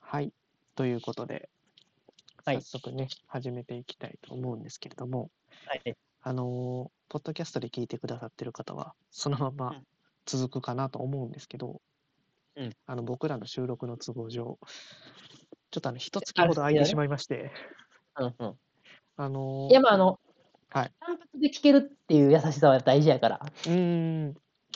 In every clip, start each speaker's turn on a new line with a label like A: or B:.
A: はい。ということで、
B: はい
A: 早速ね、始めていきたいと思うんですけれども、
B: はい。
A: あのーポッドキャストで聞いてくださってる方は、そのま
B: う
A: ま
B: ん
A: 続くかなと思うんですけど、
B: うん
A: あの僕らの収録の都合上、ちょっとあの一月
B: あ
A: ほ
B: れ
A: ど空いてしまいまして、
B: うんうん。
A: あのー
B: いや、まあ、あの、
A: はい
B: 単発で聞けるっていう優しさは大事やから、
A: うーん、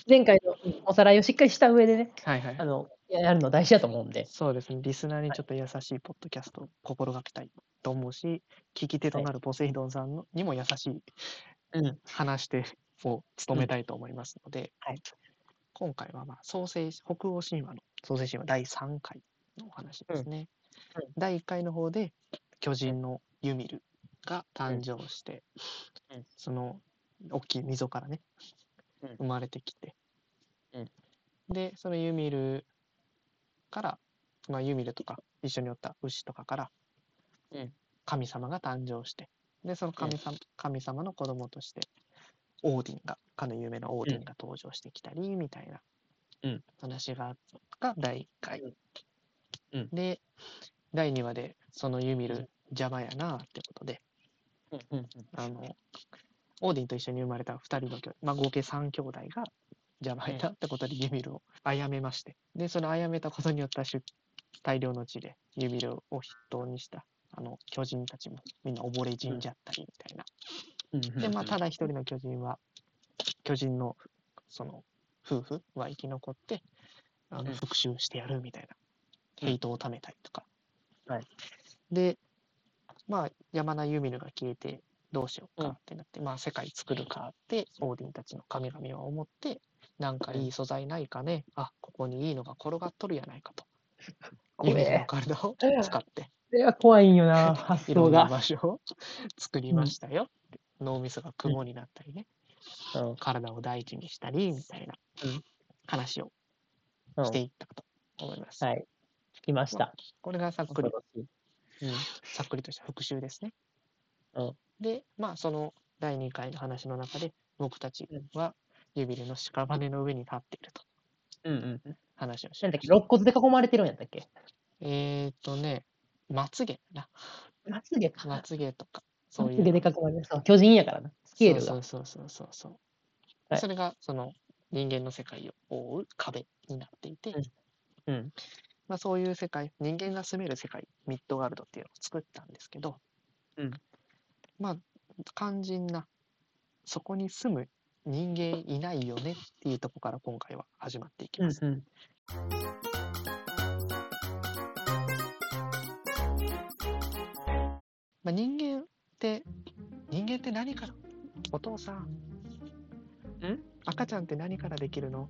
B: 前回のおさらいをしっかりした上でね、
A: はいは
B: あ
A: い。
B: の、ややるの大事だと思うんで、
A: そうですね、リスナーにちょっと優しいポッドキャストを心がけたいと思うし、聞き手と
B: はい
A: なるポセイドンさんのにも優しい
B: うん。
A: 話し手を務めたいと思いますので、
B: はい
A: 今回はまあ創世北欧神話の創世神話第3回のお話ですね。
B: うんうん
A: 第1回の方で巨人のユミルが誕生して、
B: うん
A: その大きい溝からね、
B: うん
A: 生まれてきて、
B: うん
A: でそのユミルから、まあ、ユミルとか一緒におった牛とかから
B: うん
A: 神様が誕生してでその
B: うん
A: 神様,、神様の子供としてオーディンがかの有名なオーディ
B: う
A: ン
B: ん
A: が登場してきたりみたいな
B: うん
A: 話があった第1回、
B: うんうん
A: で第2話でそのユミ
B: うん
A: ル邪魔やなってことで
B: うんうんうん。
A: あのオーディンと一緒に生まれた2人の兄弟、まあ、合計3兄弟が邪魔やなってことでユミルを殺めましてでその殺めたことによった出大量の地でユミルを筆頭にしたあの巨人たちもみんな溺れ死んじゃったりみたいな
B: うんうんうん
A: でまあただ一人の巨人は巨人のその夫婦は生き残ってあ
B: う
A: の
B: ん
A: 復讐してやるみたいな
B: うん
A: ヘイトを貯めたりとか、
B: はい
A: でまあ山名ユミルが消えてどうしようかってなって、まあ世界作るかってオーディンたちの神々は思ってなんかいい素材ないかねあここにいいのが転がっとるやないかとユ
B: 怖
A: ミルの
B: え。
A: 体を
B: うん
A: 使って
B: それは怖いんよな、発
A: いろ
B: 想
A: んな
B: が。
A: 場所を作りましたよって、脳みそが雲になったりね
B: うん
A: 体を大事にしたりみたいな
B: うん
A: 話を
B: うん
A: していったかと思います。
B: はい。聞きました。
A: これがさっくり
B: 恐ろしい
A: さっくりとした復習ですね。
B: うん
A: でまあその第2回の話の中で僕たちはユビルの屍の上に立っていると
B: うん。うんうんうん。
A: 話をし
B: なん
A: ま
B: だっけ、
A: した。
B: 肋骨で囲まれてるんやったっけ
A: えっ、とねまつげだ
B: まつげ
A: なま
B: か。
A: つげとかそ
B: ま
A: う
B: つ
A: い
B: げ
A: う
B: で囲まれてる。そう巨人やからな。スケール
A: そ
B: が
A: う。そうそうそうそうそう、
B: はい
A: それがその人間の世界を覆う壁になっていて、
B: うん。
A: まあ、そういう世界人間が住める世界ミッドガルドっていうのを作ったんですけど、
B: うん
A: まあ肝心なそこに住む人間いないよねっていうとこから今回は始まっていきます。
B: うん。
A: まあ、人間って人間って何からお父さん
B: ん
A: 赤ちゃんって何からできるの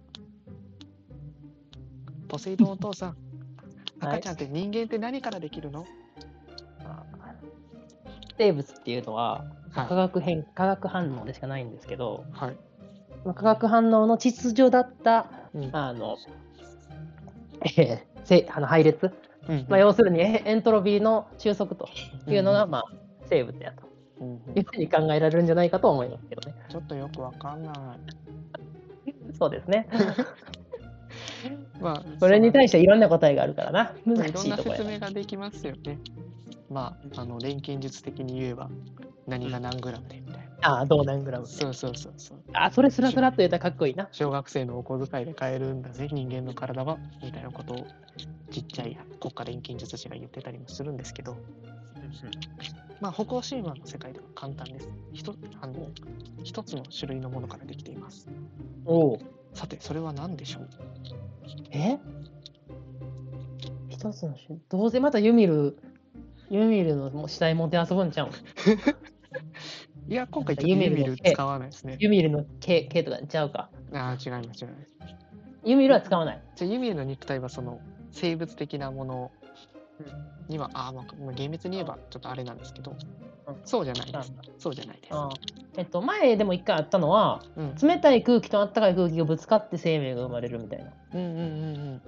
A: ポセイドンお父さん
B: はい
A: 赤ちゃんって人間って何からできるの、
B: まあ生物っていうのは、化
A: は
B: 学変化学反応でしかないんですけど、
A: い、はい
B: まあ化学反応の秩序だった
A: うん
B: あの、えーせあの配列、
A: うん
B: まあ、要するにエエントロピーの収束というの
A: うん
B: が、
A: うん
B: まあ、生物やと
A: うんうん
B: いうふうに考えられるんじゃないかと思いますけどね。
A: ちょっとよくわかんない。
B: そうです ね。
A: まあ、
B: それに対
A: し
B: していろんな答えがあるからな。難
A: いろ
B: し
A: ん
B: い
A: な
B: ところ
A: 説
B: や
A: 明
B: な
A: ができますよね。まあ、あの錬金術的に言えば、何が何グラムでみたいな。
B: ああ、どう何グラム。
A: そうそうそうそう。
B: あ、それスラスラっと言ったらかっこいいな。
A: 小学生のお小遣いで買えるんだぜ、人間の体は、みたいなことを。ちっちゃい国家錬金術師が言ってたりもするんですけど、まあ、歩行神話の世界では簡単です。ひとあの一つの種類のものからできています。
B: おお。
A: さて、それは何でしょう
B: え一つの種どうせまたユミル、ユミルの死体持って遊ぶんちゃうん
A: いや、今回ちょっと
B: ユミ
A: ユ
B: ル
A: ミル使わないですね。
B: ユミルの毛毛とかちゃうか。
A: ああ、違います、違います。
B: ユミルは使わない。
A: じゃあユミルの肉体はその生物的なもの
B: うん
A: には、あーまあ、まあ厳密に言えばちょっとあれなんですけど、
B: うん
A: そうじゃないです
B: なん
A: そうじゃないです
B: ああえっと、前でも一回あったのは、
A: うん
B: 冷たい空気と暖かい空気がぶつかって生命が生まれるみたいな
A: うんうんうん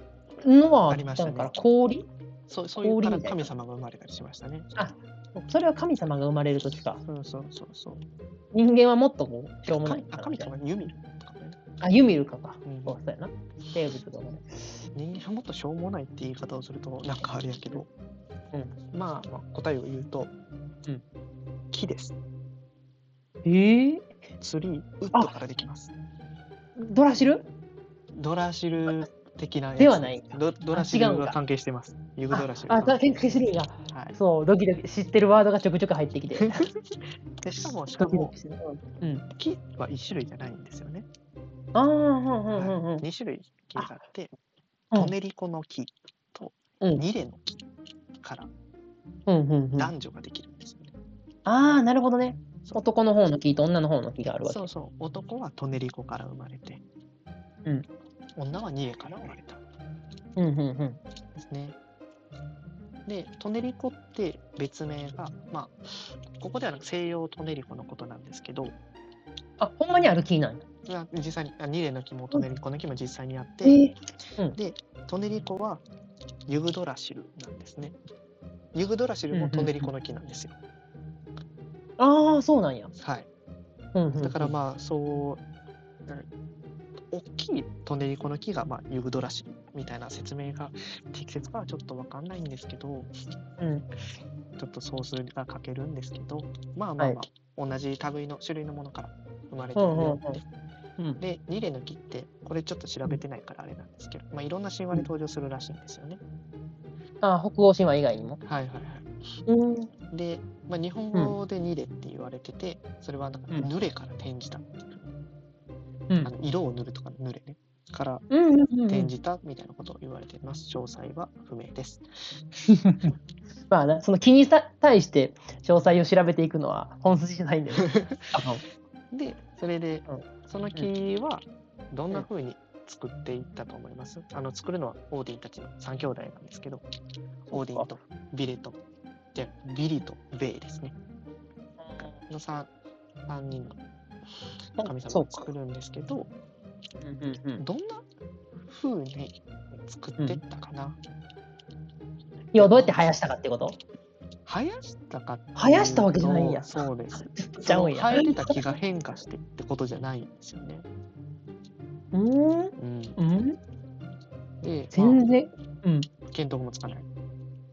A: うん
B: のは
A: ありましたね
B: だから氷
A: そうそういう
B: 氷
A: から
B: みたいな
A: 神様が生まれたりしましたね
B: それは神様が生まれる時か
A: そうそうそうそう
B: 人間はもっとこうしょうもない
A: 神あ神様ユミルとかね
B: あ、ユミルかか。
A: うん
B: そうそうやな。生物とかね。
A: にもっとしょうもないって言い方をするとなんかあれやけど、
B: う
A: まあ、まあ答えを言うと、
B: うん
A: 木です
B: えー、
A: ツリーウッドからできます
B: ドラシル
A: ドラシル的なやつ
B: ではない
A: ドドラシル
B: あ違うん
A: が
B: か
A: 関係してますユグドラシル
B: あ、あだ研究するんや。
A: はい
B: そう、ドキドキ、知ってるワードがちょくちょく入ってきて。
A: でしかもしか
B: ドキド
A: も
B: キする。うん。
A: 木は1種類じゃないんですよね、
B: ああ、うんうんうんうん。
A: 2種類木があって
B: あうん
A: トネリコの木と
B: うん
A: ニレの木から
B: うんうんうん、あ
A: 男女ができるんですよね、
B: あー、なるほどね。男の方の木と女の方の木があるわけ。
A: そうそう男はトネリコから生まれて、
B: うん
A: 女はニレから生まれたん
B: うんうんうん。
A: ですねでトネリコって別名がまあここではなく西洋トネリコのことなんですけど
B: あ、ほんまにある木なんだ。
A: まあ実際にあニレの木もトネリコの木も実際にあって、
B: え
A: トネリコはユグドラシルなんですねユグドラシルもトネリコの木なんですよ、
B: ああ、そうなんや。
A: はい
B: うんうんうん、
A: だからまあそうなんか大きいトネリコの木がまあユグドラシみたいな説明が適切かはちょっとわかんないんですけど
B: あ、うん、
A: ちょっと総数が欠けるんですけどまあまあまあ、同じ類の種類のものから生まれてるよって、
B: うんうんうん、
A: でニレの木ってこれちょっと調べてないからあれなんですけど、まあ、いろんな神話に登場するらしいんですよね、
B: あー北欧神話以外にも。
A: はいはいはい
B: うん、
A: で、まあ、日本語でニレって言われててそれはなんか
B: うん
A: 濡れから転じたっていう、
B: う
A: あの
B: ん、
A: 色を塗るとかの濡れねから
B: うん、うん、う
A: 転
B: ん。
A: じたみたいなことを言われています。詳細は不明です。
B: まあな、その気にさ対して詳細を調べていくのは本筋じゃないんだよね。
A: で、それで
B: うん、
A: その木はどんな風に作っていったと思いますあの作るのはオーディンたちの3兄弟なんですけど、オーディンとビレと、じゃあビリとベイですね。の 3, 三人の神
B: そ
A: 様
B: う
A: を
B: か。
A: 作るんですけど、
B: うんうんうん
A: どんな風に作ってったかな、
B: 要はどうやって生やしたかってこと
A: 生やしたかっていうと
B: 生やしたわけじゃないんや
A: そうです。
B: ちゃうんや
A: その生えてた木が変化してってことじゃないんですよね。
B: うん
A: うん、
B: うん
A: で、ま
B: 全然、うん、
A: あ、見当もつかない。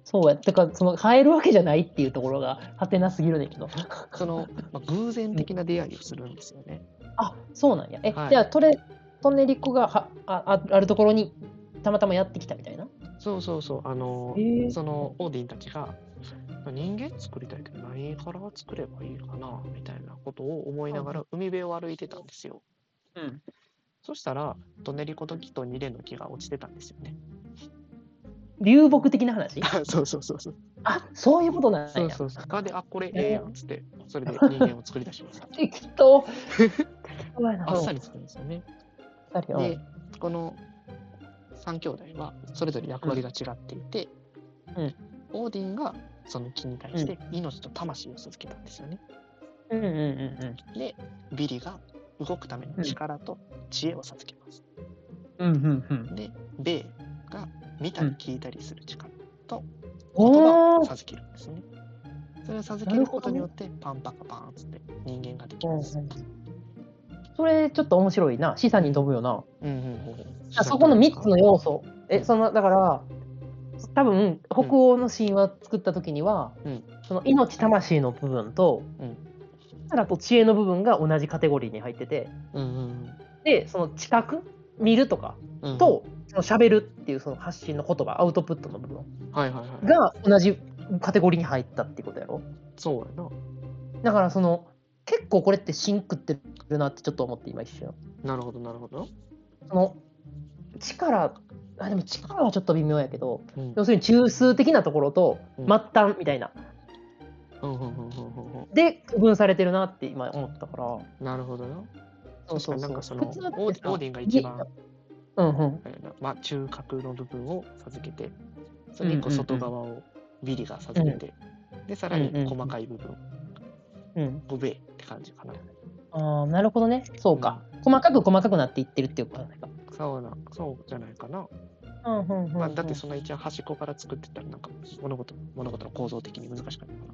B: そうやだからその変えるわけじゃないっていうところがはてなすぎるねんけど
A: その、まあ、偶然的な出会いをするんですよね。
B: あそうなんやえ、
A: はい
B: じゃあトレトネリコがはあああるところにたまたまやってきたみたいな
A: そうそうそう、あの
B: え、ー
A: そのオーディンたちが、まあ人間作りたいけど何から作ればいいかなみたいなことを思いながら海辺を歩いてたんですよ。
B: うん
A: そしたら、トネリコの木とニレの木が落ちてたんですよね。
B: 流木的な話
A: そうそうそうそう。
B: あそういうことなんや
A: そうそうそう。かで、あ、これええやんっつって、それで人間を作り出します。
B: 適 当うわな
A: あっさ
B: り
A: り作るんですよね。
B: あっさり
A: で、この3兄弟はそれぞれ役割が違っていて、
B: うん
A: オーディンがその木に対して命と魂を授けたんですよね。
B: うんうんうんうん
A: で、ビリが動くための力と知恵を授けます。
B: うんうんうん。
A: で、ベイが見たり聞いたりする力と言葉
B: お
A: を
B: ー
A: 授けるんですね。それを授けることによってパンパカパンっつって人間ができます。
B: それちょっと面白いな。資産に飛ぶよな。
A: うんうんうんうん
B: あそこの3つの要素。え、そのだから多分北欧の神話作った時には、
A: うん
B: その命魂の部分と、
A: うん
B: 力と知恵の部分が同じカテゴリーに入ってて、
A: うんうん
B: でその知覚見るとか
A: うんうん、
B: と、その喋るっていうその発信の言葉アウトプットの部分
A: はいはいはい、
B: が同じカテゴリーに入ったっていうことやろ。
A: そうやな。
B: だからその結構これってシンクってるなってちょっと思って今一瞬。
A: なるほどなるほど。
B: その力あでも力はちょっと微妙やけど
A: うん
B: 要するに中枢的なところと
A: う
B: 末
A: ん
B: 端みたいな、
A: うんうんうんうんうんう
B: で区分されてるなって今思ったから
A: んなるほどよ。
B: そうそう
A: 確かになんかその
B: 普通だってさ
A: オーディオーディンが一番
B: いうんうん
A: あれだまあ、中核の部分を授けて、それに一個外側をビリが授けて、で、さらに
B: うんうんうん
A: 細かい部分、
B: うん
A: 五ベって感じかな。
B: ああなるほどねそうか、細かく細かくなっていってるっていうことなんか、
A: そうな、そうじゃないかな。
B: うんうんうんうん
A: まあ、だってその一応端っこから作ってったら、なんか物事、物事の構造的に難しくないか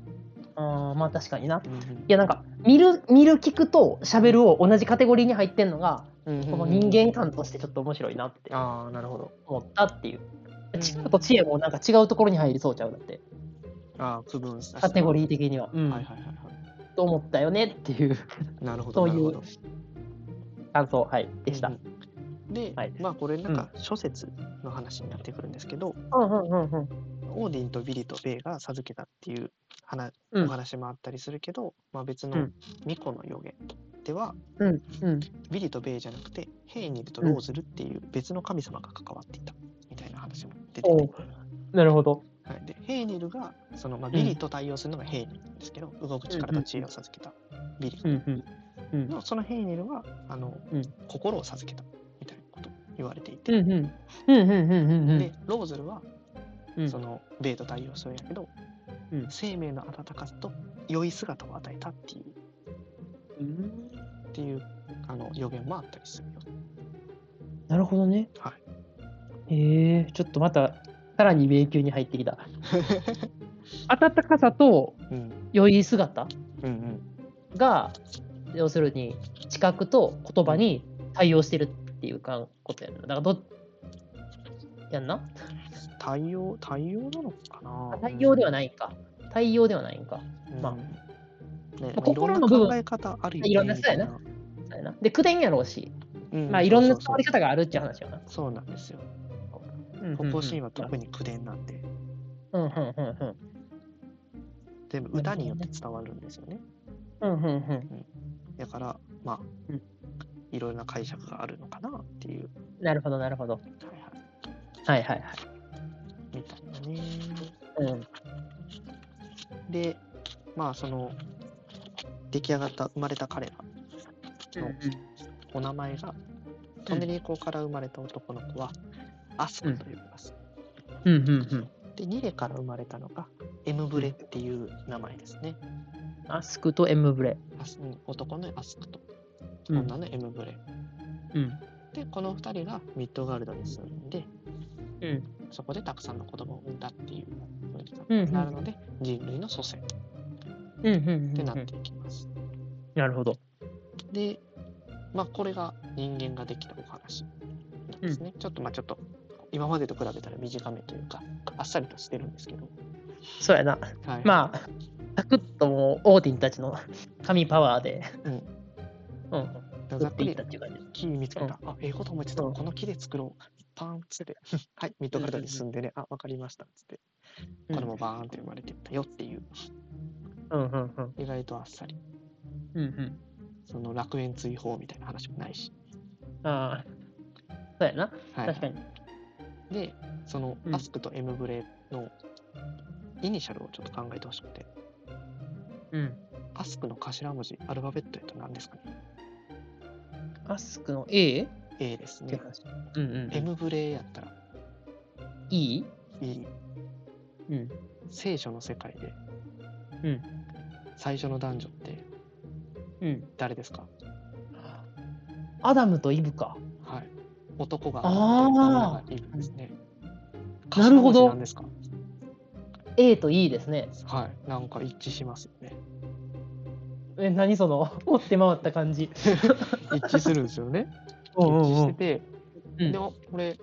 B: あーまあ確かにな
A: な。うんうん
B: いやなんか見る見る聞くと喋るを同じカテゴリーに入ってんのが
A: うんうんうん
B: この人間観としてちょっと面白いなって
A: ああなるほど
B: 思ったっていう。
A: うん
B: 知恵と知恵もなんか違うところに入りそうちゃうだって、
A: ああ区分さ
B: カテゴ
A: リ
B: リー的には。うん
A: はいはいはいは
B: と思ったよねっていう
A: いなるほど
B: そういう
A: なるほど
B: 感想、はい、でした。
A: うんうんで、
B: はい
A: まあこれなんか諸説の話になってくるんですけど、
B: うんうんうんうん
A: オーディンとビリとベイが授けたっていう話
B: うん
A: お話もあったりするけど、まあ、別
B: う
A: の
B: ん
A: 巫女の予言では、
B: うんうん
A: ビリとベイじゃなくてヘイニルとローズルっていう別の神様が関わっていたみたいな話も出てて、
B: おうなるほど。
A: はい、でヘイニルがその、まあ、
B: うん
A: ビリと対応するのがヘイニルなんですけど、動く力と知恵を授けたビリ
B: うんうんうん
A: のそのヘイニルはあの、
B: うん
A: 心を授けたみたいなこと言われていて、
B: うんうんうんうんうんうん
A: でローズルは
B: うん
A: そのベイと対応するんやけど、
B: うん
A: 生命の温かさと良い姿を与えたっていう
B: うん
A: っていうあの予言もあったりするよ。
B: なるほどね。
A: は
B: へえちょっとまたさらに迷宮に入ってき た。暖かさと
A: うん
B: 良い姿
A: うん
B: が要するに知覚と言葉に対応してるっていうかことやな。だからどっやんな
A: うん、対応対応なのかな
B: 対応ではないか。対応ではないんか。
A: うん
B: まあ
A: ね
B: まあ
A: 心
B: 心
A: の
B: の部分
A: 考え方あるよね
B: いろんなそうやな
A: みたい
B: そうやなで、口伝やろうし、
A: なうん
B: まあいろんな
A: そう
B: 伝
A: そう
B: わり方があるっていう話よな。
A: そうなんですよ。
B: うん
A: ここシーンは特
B: に。
A: に口伝なんで、
B: うんうんうんうん。
A: 全部歌によって伝わるんですよね。
B: うんうんうん。
A: だから、まあ、
B: うん
A: いろんな解釈があるのかなっていう、
B: なるほど、なるほど。
A: はいはい、
B: はいはい
A: みたいなね。
B: はい。うん。
A: で、まあ、その、出来上がった、生まれた彼らのお名前が、トンネリコから生まれた男の子は、アスカと呼びます。
B: うんうんうん。
A: で、ニレから生まれたのが、エムブレっていう名前ですね。
B: アスクとエムブレ。
A: アスうん男のアスクと
B: うん
A: 女のエムブレ。
B: うん。
A: で、この2人がミッドガルドに住んで、
B: うん。
A: そこでたくさんの子供を産んだっていう
B: うん
A: 風
B: うん
A: になるので、人類の祖先っ
B: うんうんうん。
A: てなっていきます。
B: なるほど。
A: で、まあ、これが人間ができたお話なんですね。ちょっと、まあ、ちょっと、今までと比べたら短めというか、あっさりとしてるんですけど。
B: そうやな。
A: はい、
B: まあ、サクッともう、オーディンたちの神パワーで、
A: うん
B: うん。
A: あ
B: 打
A: ざ
B: っ
A: ってく
B: いっ
A: り
B: たっていう感じ。
A: 木見つけた。あ、ええこと思いついた。
B: うん
A: この木で作ろう。パーンっつ って。はい、ミッドガルドに住んでね。あ、わかりました。っつって。
B: うん
A: これもバーンって生まれてったよっていう。
B: うんうんうん。
A: 意外とあっさり。
B: うんうん。
A: その楽園追放みたいな話もないし。
B: ああ。そうやな。
A: はい、
B: 確かに。
A: で、その
B: うん
A: アスクとエムブレのイニシャルをちょっと考えてほしくて、
B: うん。
A: アスクの頭文字、アルファベットやと何ですかね
B: アスクの A? っ
A: ?A です
B: て
A: ね。
B: 話。うんうん。
A: エムブレやったら
B: E?
A: E、
B: うん。
A: 聖書の世界で、
B: うん
A: 最初の男女って
B: うん。
A: 誰ですか
B: アダムとイブか。
A: はい。男が
B: あー
A: 女がいるんですね。
B: なるほど
A: 頭文字なんですか
B: A と E ですね。
A: はい。なんか一致しますよ ね。
B: え、何その、 持って回った 感じ。
A: 一致するんですよね。
B: う
A: 一
B: んう
A: 致
B: んう
A: して
B: ん。
A: て、
B: うん
A: でもこれ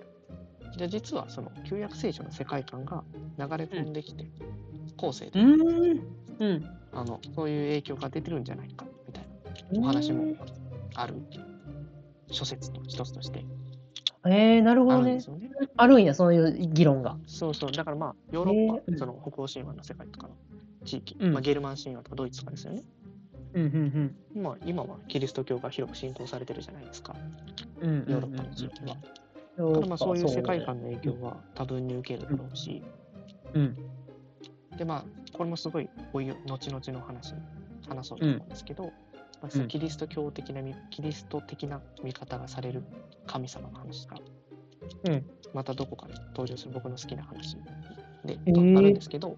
A: じゃあ実はその旧約聖書の世界観が流れ込んできて、後世
B: う
A: で
B: ーん。うん。
A: あのそういう影響が出てるんじゃないかみたいなお話もある諸説の一つとして
B: うん。えー、なるほ
A: あ
B: ど
A: るんで
B: ね
A: す。よね。
B: あるんや、そういう議論が。
A: そうそうだからまあヨーロッ
B: へ
A: パ、
B: えうん
A: その北欧神話の世界とかの地域、
B: うん
A: まあ、ゲルマン神話とかドイツとかですよね。
B: うんうん
A: まあ、今はキリスト教が広く信仰されてるじゃないですか
B: うん。うん
A: ヨーロッパの地域は。ただまあそういう世界。観の影響は多分に受けるだろうし。
B: うん。
A: でまあこれもすごいこういう後々の話話そうと思うんですけど、まあ、そうの
B: ん
A: キリスト教的なみキリスト的な見方がされる神様の話が、
B: うん
A: またどこかで登場する僕の好きな話で、
B: ー
A: あるんですけど、
B: うん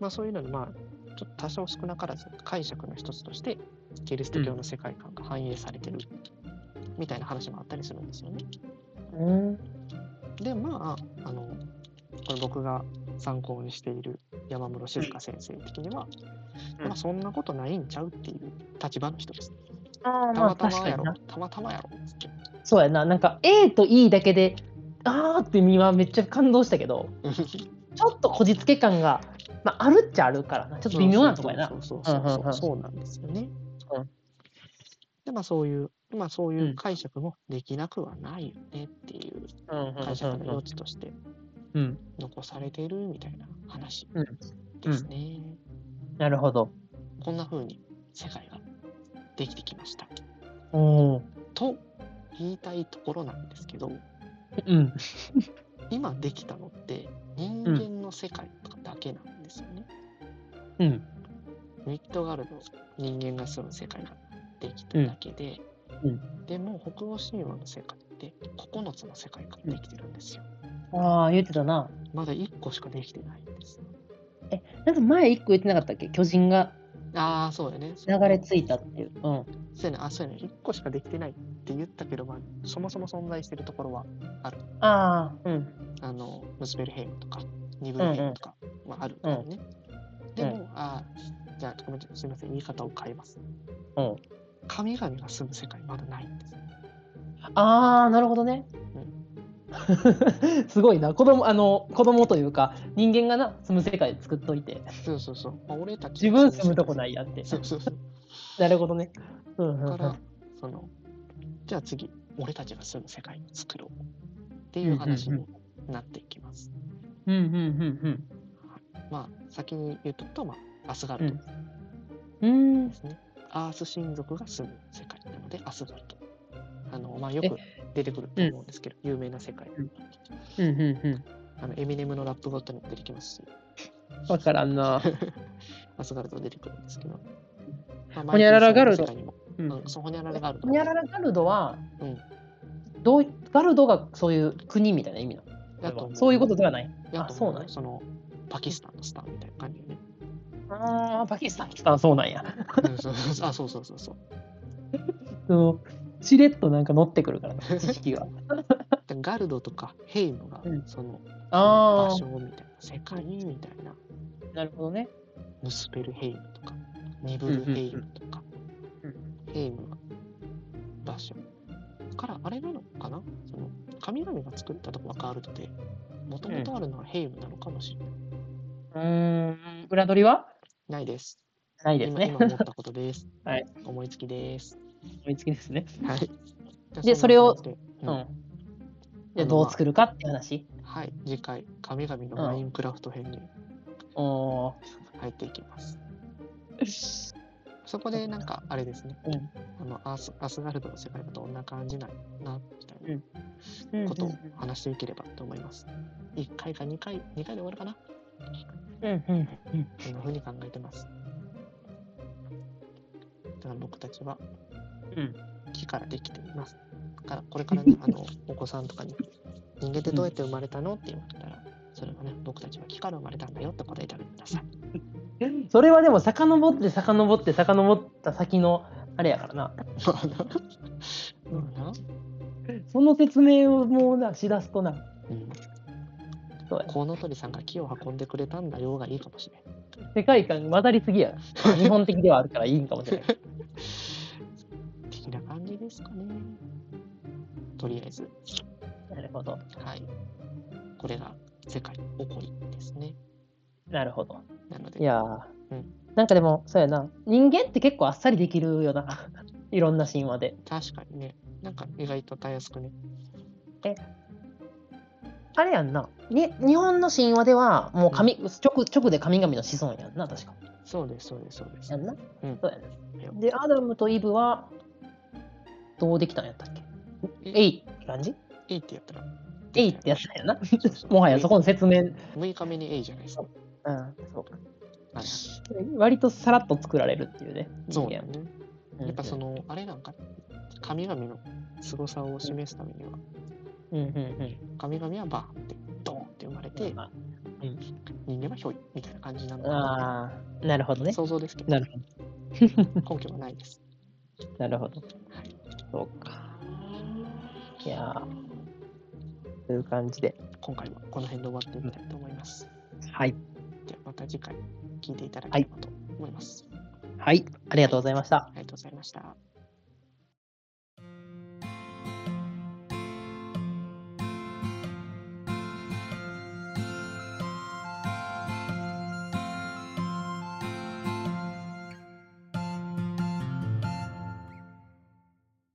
A: まあ、そういうのにまあちょっと多少少なからず解釈の一つとしてキリスト教の世界観が反映されてるみたいな話もあったりするんですよね。
B: うん。
A: でまああのこれ僕が参考にしている山室静香先生的には、
B: うん
A: まあ、そんなことないんちゃうっていう立場の人です。
B: ああ、
A: た
B: まあ
A: また
B: 確
A: ま
B: か
A: やろ
B: にな。
A: たまたまやろっつって
B: そうやな。なんか A と E だけで、あーって身はめっちゃ感動したけ ど、ちょっとこじつけ感が、まあ、あるっちゃあるからな。ちょっと微妙なとこやな
A: そ。うそうそう
B: うんうん
A: そううんそうなんですよね
B: うん
A: でまあそういうまあそういううん解釈もできなくはないよねっていう
B: うんうん
A: 解釈の
B: うん
A: 余地として
B: うん。
A: 残されているみたいな話
B: うん
A: ですね
B: なるほど。
A: こんな風に世界ができてきました
B: おお。
A: と言いたいところなんですけど
B: うん。
A: 今できたのって人間の世界とかだけなんですよね、
B: うん。
A: ミッドガルド人間が住む世界ができただけで、
B: うん
A: でも北欧神話の世界って9つの世界ができてるんですよ、
B: ああ、言ってたな。
A: まだ1個しかできてないんです
B: なんか前一個言ってなかったっけ巨人が
A: ああそうやね
B: 流れ着いたっていう。うん。
A: そうやねあそうやね1個しかできてないって言ったけど、まあ、そもそも存在してるところは
B: ああ、うん。
A: あのムスベルヘイムとかニブルヘイムとかはあるんだよね、でも、あーじゃあごめんすみません言い方を変えます、
B: うん
A: 神々が住む世界まだないんです
B: ああ、なるほどね。
A: う
B: すごいな子供あの子供というか人間がな住む世界作っといて
A: そうそうそう、まあ、俺たち
B: 自分住むとこないいやって
A: そうそうそう
B: なるほどねうんうんう
A: だ
B: ん
A: から、その、じゃあ次、俺たちが住む世界を作ろうっていう話になっていきます。
B: うんうん
A: まあ、先に言うとくと、まあ、アスガルトで
B: うんうんうん
A: すね。アース神族が住む世界なので、アスガルト。あの、まあ、よく出てくると思うんですけど、有名な世界。
B: うんうんうんう
A: あのエミネムのラップごとにも出てきますし、
B: んわから んな
A: アスガルト出てくるんですけど。まあ
B: ほにゃららガルド
A: マイティーソーの世界にも
B: う
A: うん、そう、ホニャララガルド。
B: ホニャララガルドは、
A: うん
B: どういガルドがそういう国みたいな意味な
A: だと
B: の
A: 思
B: そういうことではない。
A: だと
B: あそ
A: 思
B: うなんや
A: その、パキスタンのスタンみたいな感じよね。
B: ああ、パキスタン、パキスタンそうなんや。
A: うん そうそうそうあ、そうそうそうそう。
B: そうしれっとなんか乗ってくるから な、知識が。
A: でガルドとかヘイムが
B: うん
A: その
B: あ
A: 場所みたいな世界みたいな
B: あ、なるほどね。
A: ヌスペルヘイムとかニブルヘイムとか
B: うん
A: ヘイムが場所からあれなのかなその神々が作ったとこはガルドでもともとあるのはヘイムなのかもしれないう
B: ーん、裏取りは
A: ないです
B: ないですね
A: 今。今思ったことです、
B: はい
A: 思いつきです、
B: 思いつきですね。
A: はい、じゃあ
B: で
A: んな
B: それを
A: 感じでう
B: う
A: ん
B: ん。じゃあどう作るかって話。
A: はい次回神々のマインクラフト編に
B: おー
A: 入っていきますそこでなんかあれですね、
B: うん
A: あのアースアスガルドの世界がどんな感じなんやなみた
B: う
A: い
B: んうん
A: なこと
B: う
A: を話していければと思います。1回か2回、2回で終わるかな
B: うんうんうん
A: こんな風に考えてます。だから僕たちは
B: うん
A: 木からできています。だからこれから ね、あのお子さんとかに人間ってどうやって生まれたのって言われたら、それはね、僕たちは木から生まれたんだよって答えてあげてください。
B: それはでも遡って遡って遡った先のあれやからな。
A: まあなまあな
B: その説明をもうなしだすとな。
A: うん
B: そうや
A: コウノトリさんが木を運んでくれたんだよがいいかもしれん。
B: 世界観混ざりすぎや。日本的ではあるからいいんかもし れない。
A: 的な感じですかね。とりあえず、
B: なるほど。
A: はい。これが世界の起こりですね。
B: なるほど。
A: なので、
B: いやー、
A: うん
B: なんかでもそうやな人間って結構あっさりできるよな いろんな神話で
A: 確かにね、なんか意外とたやすくね。
B: あれやんなに日本の神話ではもう神、直直で神々の子孫やんな確か
A: そうです、そうです、そうです
B: や。んな、
A: うん
B: そうやなでアダムとイブはどうできたんやったっけえいって感じ
A: えいってやったら。
B: えいってやつだよな
A: そうそう
B: もはやそこの説明、うん、
A: 6日目にえいじゃないですか。
B: そうか
A: はい
B: 割とさらっと作られるっていうね
A: そう
B: 人
A: だ
B: 間
A: よね。やっぱその、あれなんか、神々の凄さを示すためには、
B: うんうんうん
A: 神々はバーンって、ドーンって生まれて、
B: ま
A: 人間はひょいみたいな感じなのかな。
B: ああなるほどね
A: 想像ですけ ど、
B: なるほ
A: 根拠はないです。
B: どなるほど
A: はい
B: そうかいやーという感じで
A: 今回はこの辺で終わってみたいと思います。
B: はい
A: ではまた次回聞いていただければと思います。
B: はいありがとうございました
A: ありがとうございました。